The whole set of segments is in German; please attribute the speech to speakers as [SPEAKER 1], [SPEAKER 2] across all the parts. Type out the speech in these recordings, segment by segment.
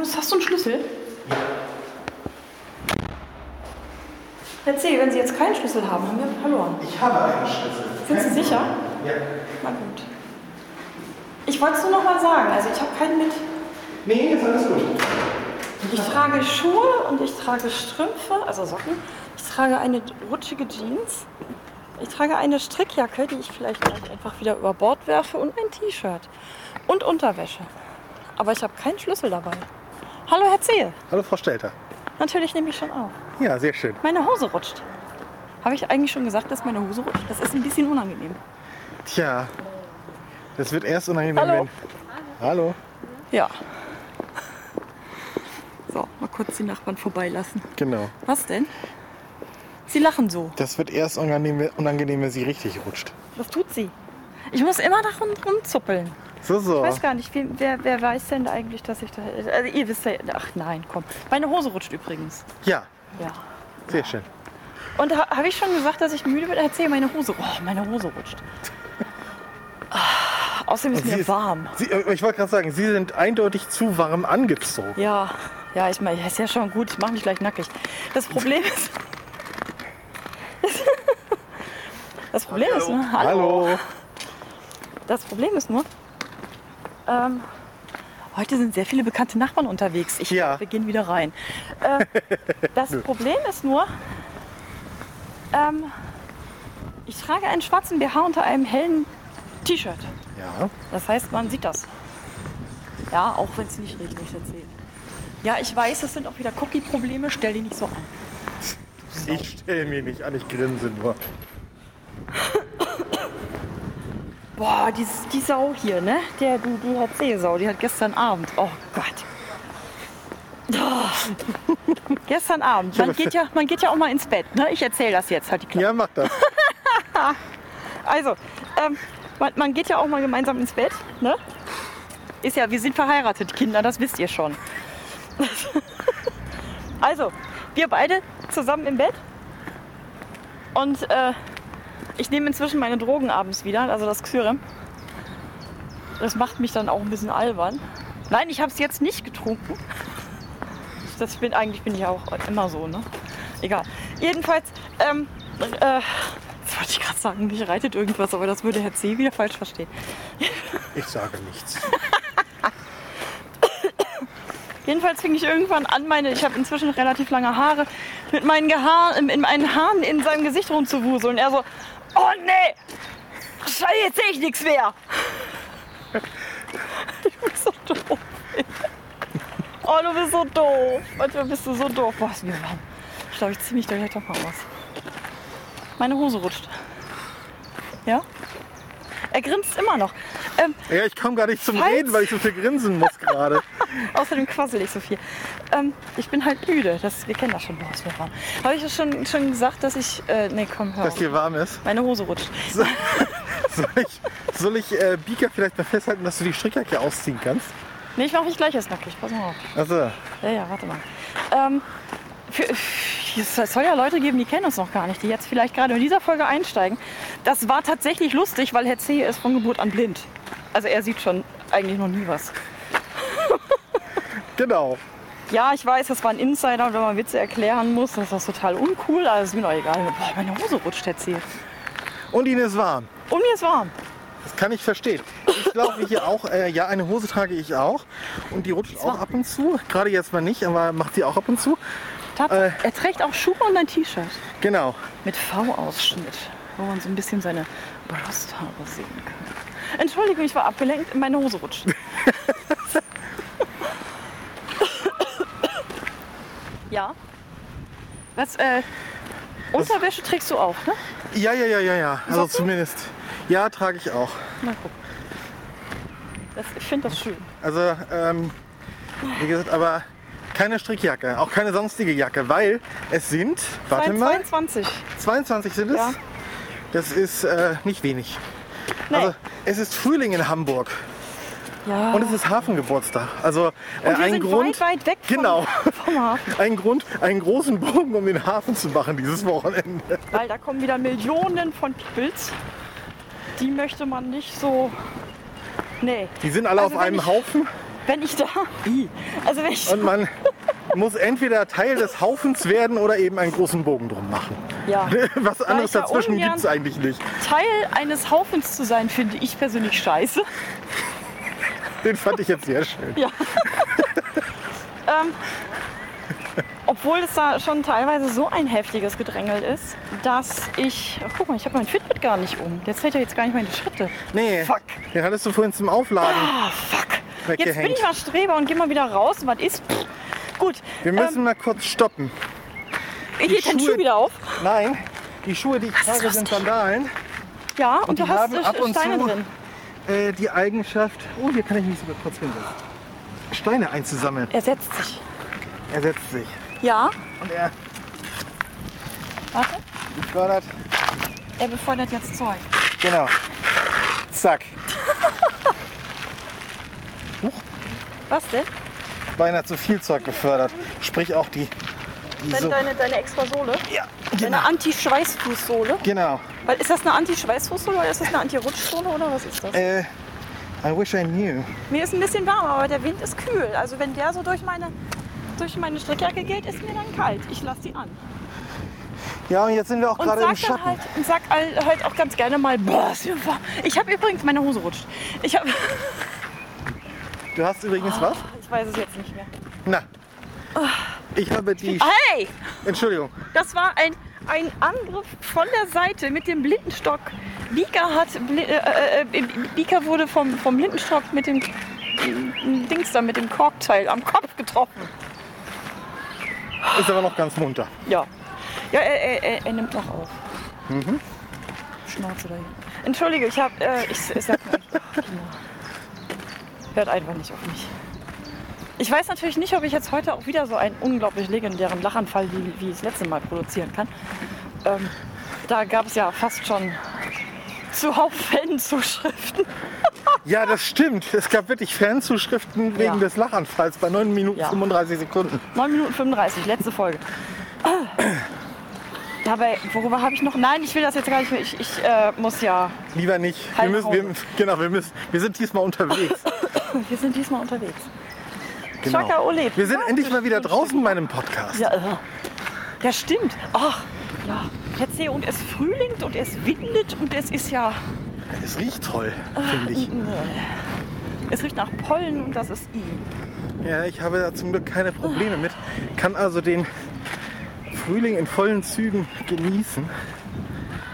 [SPEAKER 1] hast du einen Schlüssel? Erzähl, wenn Sie jetzt keinen Schlüssel haben, haben wir verloren.
[SPEAKER 2] Ich habe einen Schlüssel.
[SPEAKER 1] Sind Sie sicher?
[SPEAKER 2] Ja.
[SPEAKER 1] Na gut. Ich wollte es nur noch mal sagen. Also ich habe keinen mit.
[SPEAKER 2] Nee, ist alles gut.
[SPEAKER 1] Ich trage Schuhe und ich trage Strümpfe, also Socken. Ich trage eine rutschige Jeans. Ich trage eine Strickjacke, die ich vielleicht gleich einfach wieder über Bord werfe und ein T-Shirt und Unterwäsche. Aber ich habe keinen Schlüssel dabei. Hallo Herr Zehe.
[SPEAKER 2] Hallo, Frau Stelter.
[SPEAKER 1] Natürlich nehme ich schon auf.
[SPEAKER 2] Ja, sehr schön.
[SPEAKER 1] Meine Hose rutscht. Habe ich eigentlich schon gesagt, dass meine Hose rutscht? Das ist ein bisschen unangenehm.
[SPEAKER 2] Tja, das wird erst unangenehm.
[SPEAKER 1] Hallo.
[SPEAKER 2] Wenn... Hallo.
[SPEAKER 1] Ja. So, mal kurz die Nachbarn vorbeilassen.
[SPEAKER 2] Genau.
[SPEAKER 1] Was denn? Sie lachen so.
[SPEAKER 2] Das wird erst unangenehm, unangenehm, wenn sie richtig rutscht.
[SPEAKER 1] Was tut sie? Ich muss immer da rum, rumzuppeln.
[SPEAKER 2] So, so.
[SPEAKER 1] Ich weiß gar nicht, wer, wer, wer weiß denn eigentlich, dass ich da. Also ihr wisst ja. Ach nein, komm. Meine Hose rutscht übrigens.
[SPEAKER 2] Ja,
[SPEAKER 1] Ja.
[SPEAKER 2] sehr schön.
[SPEAKER 1] Und ha, habe ich schon gesagt, dass ich müde bin? Erzähl, meine Hose. Oh, meine Hose rutscht. Ah, außerdem ist
[SPEAKER 2] Und
[SPEAKER 1] mir
[SPEAKER 2] sie ist-
[SPEAKER 1] warm.
[SPEAKER 2] Sie, äh, ich wollte gerade sagen, Sie sind eindeutig zu warm angezogen.
[SPEAKER 1] Ja, ja, ich meine, ist ja schon gut. Ich mache mich gleich nackig. Das Problem ist. Das Problem ist, ne?
[SPEAKER 2] Hallo.
[SPEAKER 1] Das Problem ist nur, ähm, heute sind sehr viele bekannte Nachbarn unterwegs. Ich,
[SPEAKER 2] Ja.
[SPEAKER 1] Wir gehen wieder rein. Äh, das Problem ist nur, ähm, ich trage einen schwarzen BH unter einem hellen T-Shirt.
[SPEAKER 2] Ja.
[SPEAKER 1] Das heißt, man sieht das. Ja, auch wenn es nicht regnet, erzählt. Ja, ich weiß, es sind auch wieder Cookie-Probleme. Stell die nicht so an.
[SPEAKER 2] Ich stelle mir nicht an, ich grinse nur.
[SPEAKER 1] Boah, die, die Sau hier, ne? Der, die, die HC-Sau, die hat gestern Abend. Oh Gott. Oh. gestern Abend. Man geht, ja, man geht ja auch mal ins Bett, ne? Ich erzähle das jetzt, halt die Klappe.
[SPEAKER 2] Ja, mach das.
[SPEAKER 1] Also, ähm, man, man geht ja auch mal gemeinsam ins Bett, ne? Ist ja, wir sind verheiratet, Kinder, das wisst ihr schon. also, wir beide zusammen im Bett. Und äh, ich nehme inzwischen meine Drogen abends wieder, also das Xyrem. Das macht mich dann auch ein bisschen albern. Nein, ich habe es jetzt nicht getrunken. Das bin, eigentlich bin ich ja auch immer so, ne? Egal. Jedenfalls, ähm, äh, jetzt wollte ich gerade sagen, mich reitet irgendwas, aber das würde Herr C. wieder falsch verstehen.
[SPEAKER 2] Ich sage nichts.
[SPEAKER 1] Jedenfalls fing ich irgendwann an, meine, ich habe inzwischen relativ lange Haare, mit meinen, Gehaar, in, in meinen Haaren in seinem Gesicht rumzuwuseln. Er so, oh nee, scheiße, jetzt sehe ich nichts mehr. Ich bin so doof. Oh, du bist so doof. Manchmal bist du so doof. Boah, ist mir warm. Ich glaube, ich ziehe mich doch gleich doch mal aus. Meine Hose rutscht. Ja? Er grinst immer noch. Ähm,
[SPEAKER 2] Ja, ich komme gar nicht zum
[SPEAKER 1] Falls-
[SPEAKER 2] Reden, weil ich so viel grinsen muss gerade.
[SPEAKER 1] Außerdem quassel ich so viel. Ähm, ich bin halt müde. Das, wir kennen das schon. Boah, ist mir warm. Habe ich ja schon, schon gesagt, dass ich... Äh, nee, komm, hör
[SPEAKER 2] Dass
[SPEAKER 1] auf.
[SPEAKER 2] hier warm ist.
[SPEAKER 1] Meine Hose rutscht.
[SPEAKER 2] So, soll ich, soll ich äh, Bika vielleicht mal festhalten, dass du die Strickjacke ausziehen kannst?
[SPEAKER 1] Nee, ich mache mich gleich erst nackig. Pass mal auf.
[SPEAKER 2] Also,
[SPEAKER 1] Ja, ja, warte mal. Ähm, für, es soll ja Leute geben, die kennen uns noch gar nicht, die jetzt vielleicht gerade in dieser Folge einsteigen. Das war tatsächlich lustig, weil Herr C. ist von Geburt an blind. Also er sieht schon eigentlich noch nie was.
[SPEAKER 2] genau.
[SPEAKER 1] Ja, ich weiß, das war ein Insider und wenn man Witze erklären muss, das ist das total uncool, aber ist mir doch egal. Boah, meine Hose rutscht jetzt hier.
[SPEAKER 2] Und ihnen ist warm.
[SPEAKER 1] Und mir ist warm.
[SPEAKER 2] Das kann ich verstehen. Ich glaube hier auch, äh, ja, eine Hose trage ich auch. Und die rutscht auch ab und zu. Gerade jetzt mal nicht, aber macht sie auch ab und zu.
[SPEAKER 1] Tatsache, er trägt auch Schuhe und ein T-Shirt.
[SPEAKER 2] Genau.
[SPEAKER 1] Mit V-Ausschnitt, wo man so ein bisschen seine Brusthaare sehen kann. Entschuldigung, ich war abgelenkt, meine Hose rutscht. ja. Was, äh, Unterwäsche trägst du auch, ne?
[SPEAKER 2] Ja, ja, ja, ja, ja. Also
[SPEAKER 1] Socken?
[SPEAKER 2] zumindest. Ja, trage ich auch.
[SPEAKER 1] Na guck. Das, ich finde das schön.
[SPEAKER 2] Also, ähm, wie gesagt, aber keine Strickjacke, auch keine sonstige Jacke, weil es sind, warte mal,
[SPEAKER 1] 22.
[SPEAKER 2] 22 sind es.
[SPEAKER 1] Ja.
[SPEAKER 2] Das ist äh, nicht wenig.
[SPEAKER 1] Nee.
[SPEAKER 2] Also, es ist Frühling in Hamburg
[SPEAKER 1] ja.
[SPEAKER 2] und es ist Hafengeburtstag. Also, äh,
[SPEAKER 1] Und wir
[SPEAKER 2] ein
[SPEAKER 1] sind
[SPEAKER 2] Grund.
[SPEAKER 1] weit, weit weg vom,
[SPEAKER 2] Genau.
[SPEAKER 1] vom Hafen.
[SPEAKER 2] Ein Grund, einen großen Bogen um den Hafen zu machen dieses Wochenende.
[SPEAKER 1] Weil da kommen wieder Millionen von Kippels. Die möchte man nicht so. Nee.
[SPEAKER 2] Die sind alle
[SPEAKER 1] Also
[SPEAKER 2] auf
[SPEAKER 1] wenn
[SPEAKER 2] einem
[SPEAKER 1] ich-
[SPEAKER 2] Haufen
[SPEAKER 1] Wenn ich da. I. Also wenn ich.
[SPEAKER 2] Und man muss entweder Teil des Haufens werden oder eben einen großen Bogen drum machen.
[SPEAKER 1] ja.
[SPEAKER 2] Was anderes
[SPEAKER 1] ich ja
[SPEAKER 2] dazwischen
[SPEAKER 1] ungern-
[SPEAKER 2] gibt es eigentlich nicht.
[SPEAKER 1] Teil eines Haufens zu sein, finde ich persönlich scheiße.
[SPEAKER 2] Den fand ich jetzt sehr schön.
[SPEAKER 1] Ja. ähm, obwohl es da schon teilweise so ein heftiges Gedrängel ist, dass ich. Ach, guck mal, ich habe mein Fitbit gar nicht um. Jetzt zählt ja jetzt gar nicht meine Schritte.
[SPEAKER 2] Nee,
[SPEAKER 1] Fuck.
[SPEAKER 2] den hattest du vorhin zum Aufladen.
[SPEAKER 1] Ah, fuck. Jetzt bin
[SPEAKER 2] Weggehängt.
[SPEAKER 1] ich mal Streber und geh mal wieder raus. Und was ist? Pff. Gut.
[SPEAKER 2] Wir
[SPEAKER 1] ähm.
[SPEAKER 2] müssen mal kurz stoppen.
[SPEAKER 1] ich lege den
[SPEAKER 2] Schuhe-
[SPEAKER 1] Schuh wieder auf.
[SPEAKER 2] Nein, die Schuhe, die ich
[SPEAKER 1] ist
[SPEAKER 2] trage,
[SPEAKER 1] lustig.
[SPEAKER 2] sind Sandalen.
[SPEAKER 1] Ja, und,
[SPEAKER 2] Und
[SPEAKER 1] du
[SPEAKER 2] die
[SPEAKER 1] hast
[SPEAKER 2] haben
[SPEAKER 1] äh,
[SPEAKER 2] ab und
[SPEAKER 1] Steine
[SPEAKER 2] zu-
[SPEAKER 1] drin.
[SPEAKER 2] Äh, die Eigenschaft, oh, hier kann ich mich sogar kurz hinsetzen. Steine einzusammeln.
[SPEAKER 1] Er setzt sich.
[SPEAKER 2] Er setzt sich
[SPEAKER 1] Ja,
[SPEAKER 2] und er
[SPEAKER 1] warte.
[SPEAKER 2] befördert.
[SPEAKER 1] Er befördert jetzt Zeug.
[SPEAKER 2] Genau. Zack.
[SPEAKER 1] Was denn?
[SPEAKER 2] Beinahe zu viel Zeug gefördert. Sprich auch die. die so,
[SPEAKER 1] Deine, deine extra Sohle?
[SPEAKER 2] ja,
[SPEAKER 1] Deine
[SPEAKER 2] genau.
[SPEAKER 1] Anti-Schweißfußsohle?
[SPEAKER 2] genau.
[SPEAKER 1] Weil ist das eine Anti-Schweißfußsohle oder ist das eine Anti-Rutschsohle oder was ist das?
[SPEAKER 2] Äh, I wish I knew.
[SPEAKER 1] Mir ist ein bisschen warm, aber der Wind ist kühl. Also wenn der so durch meine, durch meine Strickjacke geht, ist mir dann kalt. Ich lasse die an.
[SPEAKER 2] Ja, und jetzt sind wir auch
[SPEAKER 1] Und
[SPEAKER 2] gerade im
[SPEAKER 1] sag
[SPEAKER 2] Schatten.
[SPEAKER 1] dann halt, und sag all- halt auch ganz gerne mal, boah, ist mir warm. Ich habe übrigens meine Hose rutscht. Ich habe,
[SPEAKER 2] Du hast übrigens
[SPEAKER 1] Ah.
[SPEAKER 2] was?
[SPEAKER 1] ich weiß es jetzt nicht mehr.
[SPEAKER 2] Na. Ich habe die.
[SPEAKER 1] Hey,
[SPEAKER 2] Entschuldigung.
[SPEAKER 1] das war ein, ein Angriff von der Seite mit dem Blindenstock. Bika hat, Bli- äh, äh, äh, Bika wurde vom, vom Blindenstock mit dem äh, Dings da, mit dem Korkteil am Kopf getroffen.
[SPEAKER 2] Ist aber noch ganz munter.
[SPEAKER 1] Ja. Ja, er, er, er, er nimmt noch auf. Schnauze da hinten. Entschuldige, ich hab. Äh, ich, ich sag mal, Kinder. Hört einfach nicht auf mich. Ich weiß natürlich nicht, ob ich jetzt heute auch wieder so einen unglaublich legendären Lachanfall wie, wie ich das letzte Mal produzieren kann. Ähm, da gab es ja fast schon zuhauf Fanzuschriften.
[SPEAKER 2] Ja, das stimmt. Es gab wirklich Fanzuschriften wegen
[SPEAKER 1] Ja.
[SPEAKER 2] des Lachanfalls bei 9 Minuten
[SPEAKER 1] Ja.
[SPEAKER 2] 35 Sekunden.
[SPEAKER 1] 9 Minuten 35, letzte Folge. Dabei, worüber habe ich noch? Nein, ich will das jetzt gar nicht mehr. Ich, ich äh, muss ja
[SPEAKER 2] Lieber nicht. Wir
[SPEAKER 1] Halt
[SPEAKER 2] müssen, wir, genau, wir müssen. Wir sind diesmal unterwegs.
[SPEAKER 1] Wir sind diesmal unterwegs.
[SPEAKER 2] Genau.
[SPEAKER 1] Chaka Ole.
[SPEAKER 2] Wir sind endlich mal wieder draußen bei einem Podcast.
[SPEAKER 1] Ja, äh, ja stimmt. Ach, ja. Jetzt hier und es frühlingt und es windet und es ist ja, äh,
[SPEAKER 2] Es riecht toll, finde ich.
[SPEAKER 1] es riecht nach Pollen und das ist hm. I.
[SPEAKER 2] Ja, ich habe da zum Glück keine Probleme mit. Kann also den Frühling in vollen Zügen genießen.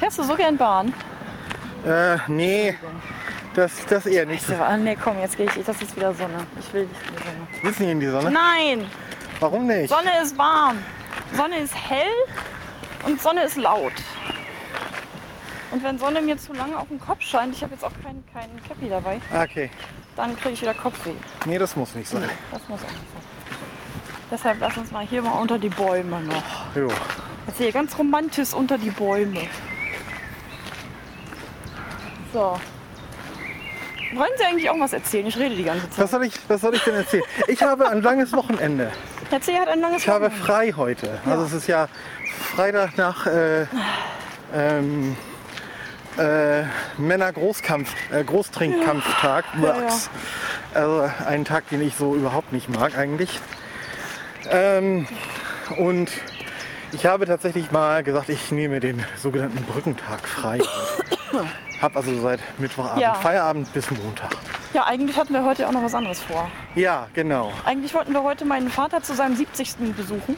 [SPEAKER 1] Fährst du so gern Bahn?
[SPEAKER 2] Äh, nee, das, das eher nicht.
[SPEAKER 1] Ja, ah, nee, komm, jetzt gehe ich. Das ist wieder Sonne. Ich will nicht in die Sonne.
[SPEAKER 2] Wir sind hier in die Sonne.
[SPEAKER 1] Nein,
[SPEAKER 2] Warum nicht?
[SPEAKER 1] Sonne ist warm. Sonne ist hell und Sonne ist laut. Und wenn Sonne mir zu lange auf den Kopf scheint, ich habe jetzt auch keinen keinen Cappy dabei,
[SPEAKER 2] Ah, Okay.
[SPEAKER 1] dann kriege ich wieder Kopfweh.
[SPEAKER 2] Nee, das muss nicht sein.
[SPEAKER 1] Das muss auch nicht sein. Deshalb lass uns mal hier mal unter die Bäume noch.
[SPEAKER 2] Jo.
[SPEAKER 1] Jetzt hier ganz romantisch unter die Bäume. So. Wollen Sie eigentlich auch was erzählen? Ich rede die ganze Zeit.
[SPEAKER 2] Was soll, ich, was soll ich denn erzählen? Ich habe ein langes Wochenende.
[SPEAKER 1] Erzähl hat ein langes
[SPEAKER 2] Ich habe
[SPEAKER 1] Wochenende.
[SPEAKER 2] frei heute. Also es ist ja Freitag nach äh, ähm, äh, Männer-Großkampf, äh, Großtrinkkampftag. Works. Also einen Tag, den ich so überhaupt nicht mag eigentlich. Ähm, und ich habe tatsächlich mal gesagt, ich nehme den sogenannten Brückentag frei. Hab also seit Mittwochabend
[SPEAKER 1] Ja.
[SPEAKER 2] Feierabend bis Montag.
[SPEAKER 1] Ja, eigentlich hatten wir heute auch noch was anderes vor.
[SPEAKER 2] Ja, genau.
[SPEAKER 1] Eigentlich wollten wir heute meinen Vater zu seinem 70. besuchen.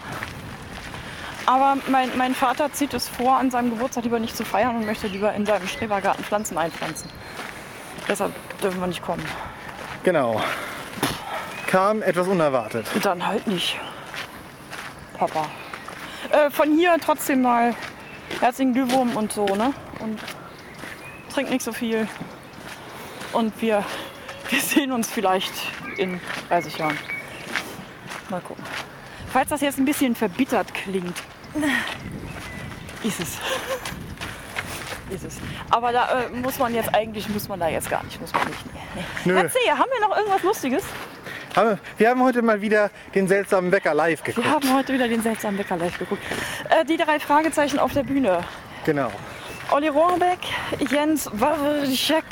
[SPEAKER 1] Aber mein, mein Vater zieht es vor, an seinem Geburtstag lieber nicht zu feiern und möchte lieber in seinem Schrebergarten Pflanzen einpflanzen. Deshalb dürfen wir nicht kommen.
[SPEAKER 2] Genau. Kam etwas unerwartet.
[SPEAKER 1] Dann halt nicht. Papa. Äh, von hier trotzdem mal herzlichen Glühwurm und so, ne? Und trink nicht so viel. Und wir, wir sehen uns vielleicht in 30 Jahren. Mal gucken. Falls das jetzt ein bisschen verbittert klingt, ist es. Ist es. Aber da äh, muss man jetzt eigentlich, muss man da jetzt gar nicht, muss man nicht.
[SPEAKER 2] Nö.
[SPEAKER 1] Erzähl, haben wir noch irgendwas Lustiges?
[SPEAKER 2] Haben- Wir haben heute mal wieder den seltsamen Wecker live geguckt.
[SPEAKER 1] Wir haben heute wieder den seltsamen Wecker live geguckt. Äh, die drei Fragezeichen auf der Bühne.
[SPEAKER 2] Genau.
[SPEAKER 1] Olli Rohrbeck, Jens Wawrczyk,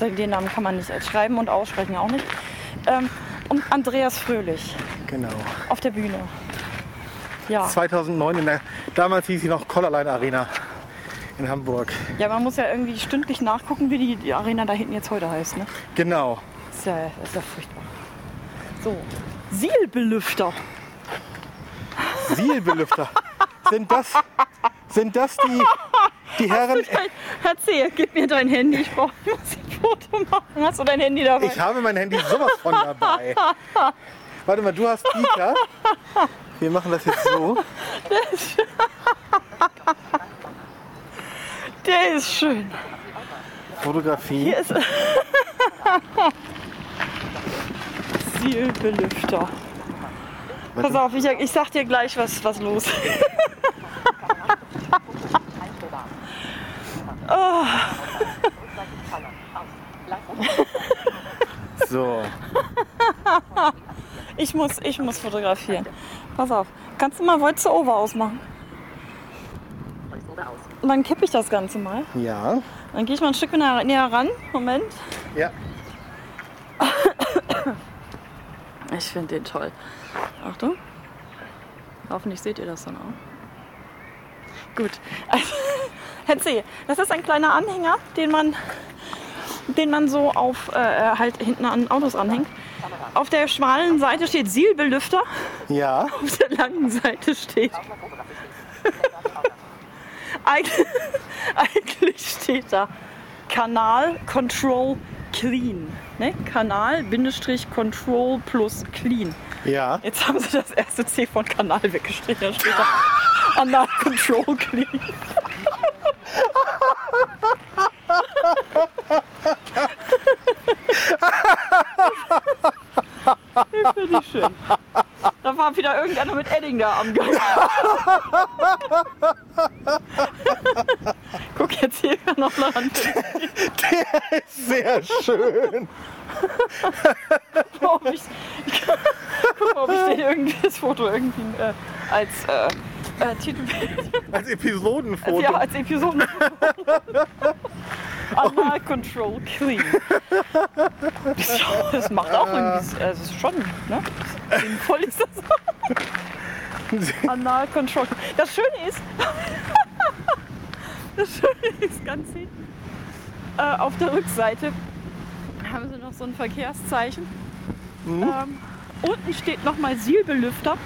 [SPEAKER 1] den Namen kann man nicht schreiben und aussprechen auch nicht, ähm, und Andreas Fröhlich
[SPEAKER 2] Genau.
[SPEAKER 1] auf der Bühne. Ja.
[SPEAKER 2] 2009 in der, damals hieß sie noch Collarline Arena in Hamburg.
[SPEAKER 1] ja, man muss ja irgendwie stündlich nachgucken, wie die, die Arena da hinten jetzt heute heißt. Ne?
[SPEAKER 2] Genau.
[SPEAKER 1] Ist ja, ist ja furchtbar. So, Sielbelüfter.
[SPEAKER 2] Sielbelüfter. sind das, sind das die, die Herren?
[SPEAKER 1] Erzähl, gib mir dein Handy. Ich brauche ich muss ein Foto machen. Hast du dein Handy dabei?
[SPEAKER 2] Ich habe mein Handy sowas von dabei. Warte mal, du hast Ika. Wir machen das jetzt so.
[SPEAKER 1] Der ist schön.
[SPEAKER 2] Fotografie.
[SPEAKER 1] Hier ist Sielbelüfter. Pass auf, ich, ich sag dir gleich, was, was los ist.
[SPEAKER 2] So.
[SPEAKER 1] Ich muss, ich muss fotografieren. Pass auf. Kannst du mal Voice Over ausmachen? Und dann kippe ich das Ganze mal.
[SPEAKER 2] Ja.
[SPEAKER 1] Dann gehe ich mal ein Stück näher näher ran. Moment.
[SPEAKER 2] Ja.
[SPEAKER 1] Ich finde den toll. Achtung. Hoffentlich seht ihr das dann auch. Gut. Also, Herr C., das ist ein kleiner Anhänger, den man, den man so auf, äh, halt hinten an Autos anhängt. Auf der schmalen Seite steht Sielbelüfter,
[SPEAKER 2] Ja.
[SPEAKER 1] auf der langen Seite steht. Eig Eigentlich steht da Kanal Control Clean. Ne? Kanal Bindestrich Control plus Clean.
[SPEAKER 2] Ja.
[SPEAKER 1] Jetzt haben sie das erste C von Kanal weggestrichen. Dann steht da Anal Control Clean. Den Finde ich schön. Da war wieder irgendeiner mit Edding da am Gang. Guck, jetzt hier kann noch eine Hand.
[SPEAKER 2] Der ist sehr schön.
[SPEAKER 1] ob ich, guck mal, ob ich den irgendwie das Foto irgendwie äh, als äh, äh, Titelbild, als,
[SPEAKER 2] Als
[SPEAKER 1] Also ja,
[SPEAKER 2] Episodenfoto.
[SPEAKER 1] als Episode. Anal Control Clean. Das, ist ja- das macht auch irgendwie, also ist schon, ne? Sinnvoll ist das.
[SPEAKER 2] Also,
[SPEAKER 1] Anal Control. Das Schöne ist, das Schöne ist ganz hinten, äh, auf der Rückseite haben sie noch so ein Verkehrszeichen. Ähm, unten steht nochmal Sielbelüfter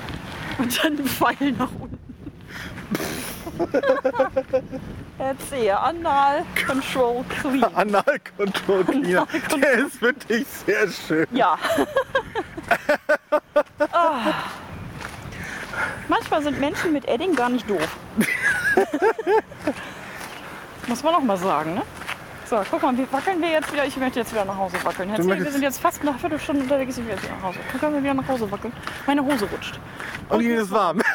[SPEAKER 1] und dann ein Pfeil nach unten. Erzähl, Anal Control Clean.
[SPEAKER 2] Analkontroll Cleaner. Der ist wirklich sehr schön.
[SPEAKER 1] Ja. Ah. Manchmal sind Menschen mit Edding gar nicht doof. Muss man auch mal sagen, ne? So, guck mal, wie wackeln wir jetzt wieder? Ich möchte jetzt wieder nach Hause wackeln. Herr
[SPEAKER 2] Du
[SPEAKER 1] Zeh, wir
[SPEAKER 2] möchtest-
[SPEAKER 1] sind jetzt fast eine Viertelstunde unterwegs und wir sind nach Hause. Können wir wieder nach Hause wackeln? Meine Hose rutscht.
[SPEAKER 2] Und Ihnen ist warm.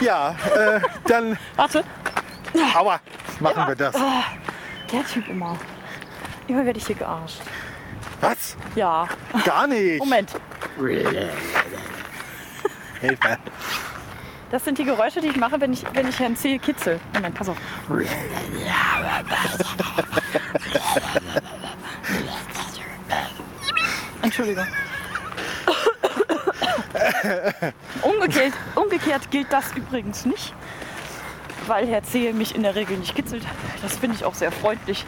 [SPEAKER 2] Ja, äh, dann.
[SPEAKER 1] Warte,
[SPEAKER 2] Aua, machen wir das.
[SPEAKER 1] der Typ immer. Immer werde ich hier gearscht.
[SPEAKER 2] Was?
[SPEAKER 1] Ja,
[SPEAKER 2] Gar nicht.
[SPEAKER 1] Moment.
[SPEAKER 2] Hilfe.
[SPEAKER 1] Das sind die Geräusche, die ich mache, wenn ich, wenn ich Herrn Zeh kitzel. Moment, pass auf. Entschuldigung. Umgekehrt, umgekehrt gilt das übrigens nicht, weil Herr Zehe mich in der Regel nicht kitzelt. Das finde ich auch sehr freundlich.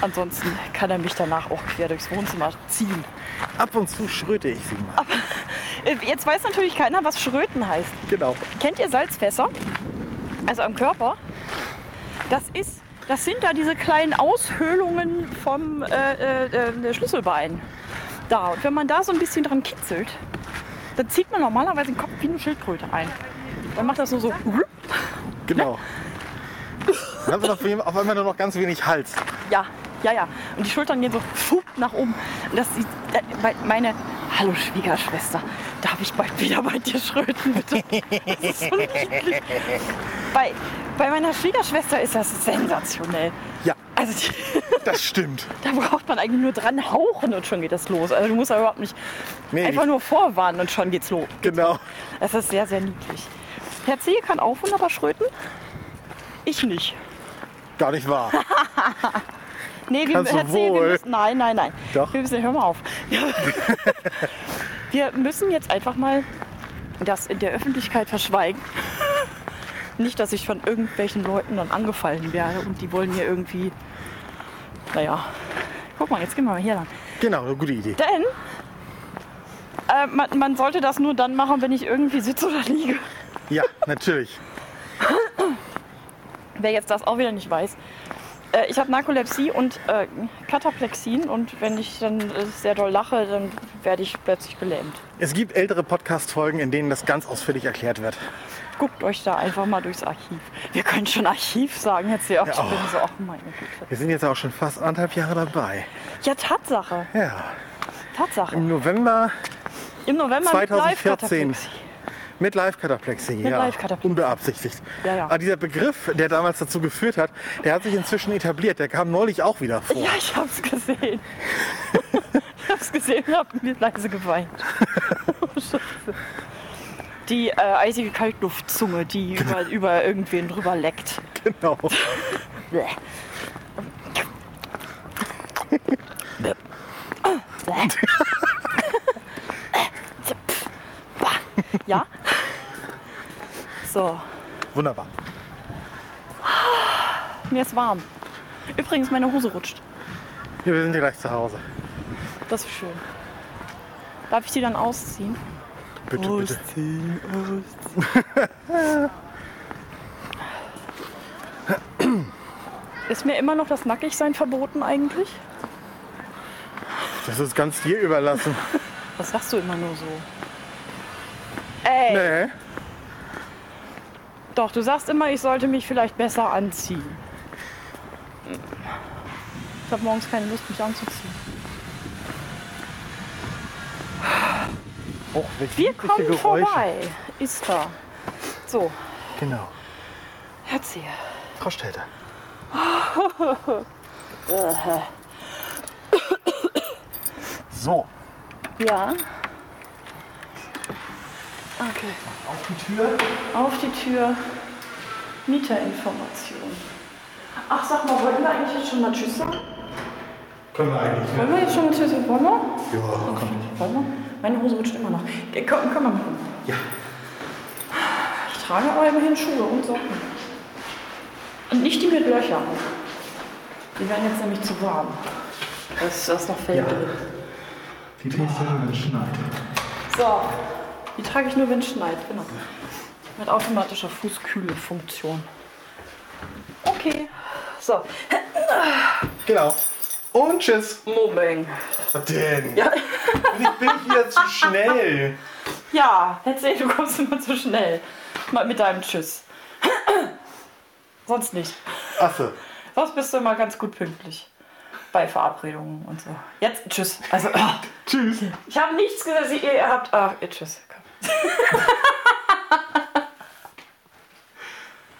[SPEAKER 1] Ansonsten kann er mich danach auch quer durchs Wohnzimmer ziehen.
[SPEAKER 2] Ab und zu schröte ich sie mal.
[SPEAKER 1] Äh, Jetzt weiß natürlich keiner, was Schröten heißt.
[SPEAKER 2] Genau.
[SPEAKER 1] Kennt ihr Salzfässer? Also am Körper. Das ist, das sind da diese kleinen Aushöhlungen vom äh, äh, äh, Schlüsselbein. Da. Und wenn man da so ein bisschen dran kitzelt, dann zieht man normalerweise den Kopf wie eine Schildkröte ein. Dann macht das nur so.
[SPEAKER 2] Genau. Dann haben wir noch auf einmal nur noch ganz wenig Hals.
[SPEAKER 1] Ja, ja, ja. Und die Schultern gehen so fupp nach oben. Und das sieht, äh, weil meine, hallo Schwiegerschwester, darf ich bald wieder bei dir schröten, bitte? Das ist so niedlich. Bei, bei meiner Schwiegerschwester ist das sensationell.
[SPEAKER 2] Ja,
[SPEAKER 1] Also die,
[SPEAKER 2] das stimmt.
[SPEAKER 1] da braucht man eigentlich nur dran hauchen und schon geht das los. Also du musst da überhaupt nicht
[SPEAKER 2] Nee,
[SPEAKER 1] einfach
[SPEAKER 2] ich-
[SPEAKER 1] nur vorwarnen und schon geht's los.
[SPEAKER 2] Genau.
[SPEAKER 1] Es ist sehr, sehr niedlich. Herr Zehe kann auch wunderbar schröten. Ich nicht.
[SPEAKER 2] Gar nicht wahr.
[SPEAKER 1] Nee, wir,
[SPEAKER 2] Kannst du
[SPEAKER 1] Herr Zehe, wir
[SPEAKER 2] wohl.
[SPEAKER 1] müssen. Nein, nein, nein.
[SPEAKER 2] Doch.
[SPEAKER 1] Wir müssen, hör mal auf. Wir müssen jetzt einfach mal das in der Öffentlichkeit verschweigen. Nicht, dass ich von irgendwelchen Leuten dann angefallen werde und die wollen mir irgendwie. Naja, guck mal, jetzt gehen wir mal hier lang.
[SPEAKER 2] Genau, eine gute Idee.
[SPEAKER 1] Denn äh, man, man sollte das nur dann machen, wenn ich irgendwie sitze oder liege.
[SPEAKER 2] Ja, natürlich.
[SPEAKER 1] Wer jetzt das auch wieder nicht weiß. Äh, ich habe Narkolepsie und äh, Kataplexien und wenn ich dann äh, sehr doll lache, dann werde ich plötzlich gelähmt.
[SPEAKER 2] Es gibt ältere Podcast-Folgen, in denen das ganz ausführlich erklärt wird.
[SPEAKER 1] Guckt euch da einfach mal durchs Archiv. Wir können schon Archiv sagen jetzt hier. oft.
[SPEAKER 2] Ja,
[SPEAKER 1] ich bin
[SPEAKER 2] oh.
[SPEAKER 1] so, ach meine Güte.
[SPEAKER 2] Wir sind jetzt auch schon fast anderthalb Jahre dabei.
[SPEAKER 1] Ja, Tatsache,
[SPEAKER 2] Ja,
[SPEAKER 1] Tatsache.
[SPEAKER 2] im November
[SPEAKER 1] Im November mit
[SPEAKER 2] 2014
[SPEAKER 1] Live-Kataplexie.
[SPEAKER 2] mit Live-Kataplexie.
[SPEAKER 1] Mit
[SPEAKER 2] ja,
[SPEAKER 1] Live-Kataplexie.
[SPEAKER 2] unbeabsichtigt.
[SPEAKER 1] Ja, ja.
[SPEAKER 2] Aber dieser Begriff, der damals dazu geführt hat, der hat sich inzwischen etabliert. Der kam neulich auch wieder vor.
[SPEAKER 1] Ja, ich hab's gesehen. ich hab's gesehen und hab mir leise geweint. Oh, Scheiße. Die äh, eisige Kaltluftzunge, die über, über irgendwen drüber leckt.
[SPEAKER 2] Genau.
[SPEAKER 1] Bleh. Bleh. Bleh. Bah. ja? So,
[SPEAKER 2] Wunderbar.
[SPEAKER 1] mir ist warm. Übrigens, meine Hose rutscht.
[SPEAKER 2] Ja, wir sind ja gleich zu Hause.
[SPEAKER 1] Das ist schön. Darf ich die dann ausziehen?
[SPEAKER 2] Bitte, bitte.
[SPEAKER 1] Ausziehen, ausziehen. Ist mir immer noch das Nackigsein verboten eigentlich?
[SPEAKER 2] Das ist ganz dir überlassen.
[SPEAKER 1] Was sagst du immer nur so? Ey,
[SPEAKER 2] nee.
[SPEAKER 1] doch, du sagst immer, ich sollte mich vielleicht besser anziehen. Ich habe morgens keine Lust, mich anzuziehen.
[SPEAKER 2] Oh, welche
[SPEAKER 1] Wir
[SPEAKER 2] niedliche
[SPEAKER 1] kommen
[SPEAKER 2] Geräusche.
[SPEAKER 1] vorbei. Ist da. So,
[SPEAKER 2] Genau.
[SPEAKER 1] erzähl.
[SPEAKER 2] Frau Stelter.
[SPEAKER 1] Äh,
[SPEAKER 2] so,
[SPEAKER 1] Ja. Okay.
[SPEAKER 2] auf die Tür.
[SPEAKER 1] Auf die Tür. Mieterinformation. Ach, sag mal, wollten wir eigentlich jetzt schon mal Tschüss sagen?
[SPEAKER 2] Können wir eigentlich.
[SPEAKER 1] Wollen wir jetzt schon mal Tschüss sagen? Wollen wir?
[SPEAKER 2] Ja, komm.
[SPEAKER 1] Wollen wir? Meine Hose rutscht immer noch. Geh, Komm, komm mal mit.
[SPEAKER 2] Ja.
[SPEAKER 1] Ich trage aber immerhin Schuhe und Socken. Und nicht die mit Löchern. Die werden jetzt nämlich zu warm. Das, das ist noch Fell drin.
[SPEAKER 2] Die Drehstelle wird schneiden.
[SPEAKER 1] So, die trage ich nur, wenn es schneit, genau. Mit automatischer Fußkühlfunktion. Okay, so.
[SPEAKER 2] Genau. Und tschüss.
[SPEAKER 1] Mobbing.
[SPEAKER 2] Was denn?
[SPEAKER 1] Ja.
[SPEAKER 2] Ich bin wieder zu schnell.
[SPEAKER 1] Ja, erzähl, du kommst immer zu schnell. Mal mit deinem Tschüss. Sonst nicht.
[SPEAKER 2] Affe.
[SPEAKER 1] Sonst bist du immer ganz gut pünktlich. Bei Verabredungen und so. Jetzt Tschüss. Also,
[SPEAKER 2] Tschüss.
[SPEAKER 1] ich habe nichts gesagt, ihr habt. Ach, ihr Tschüss. Komm.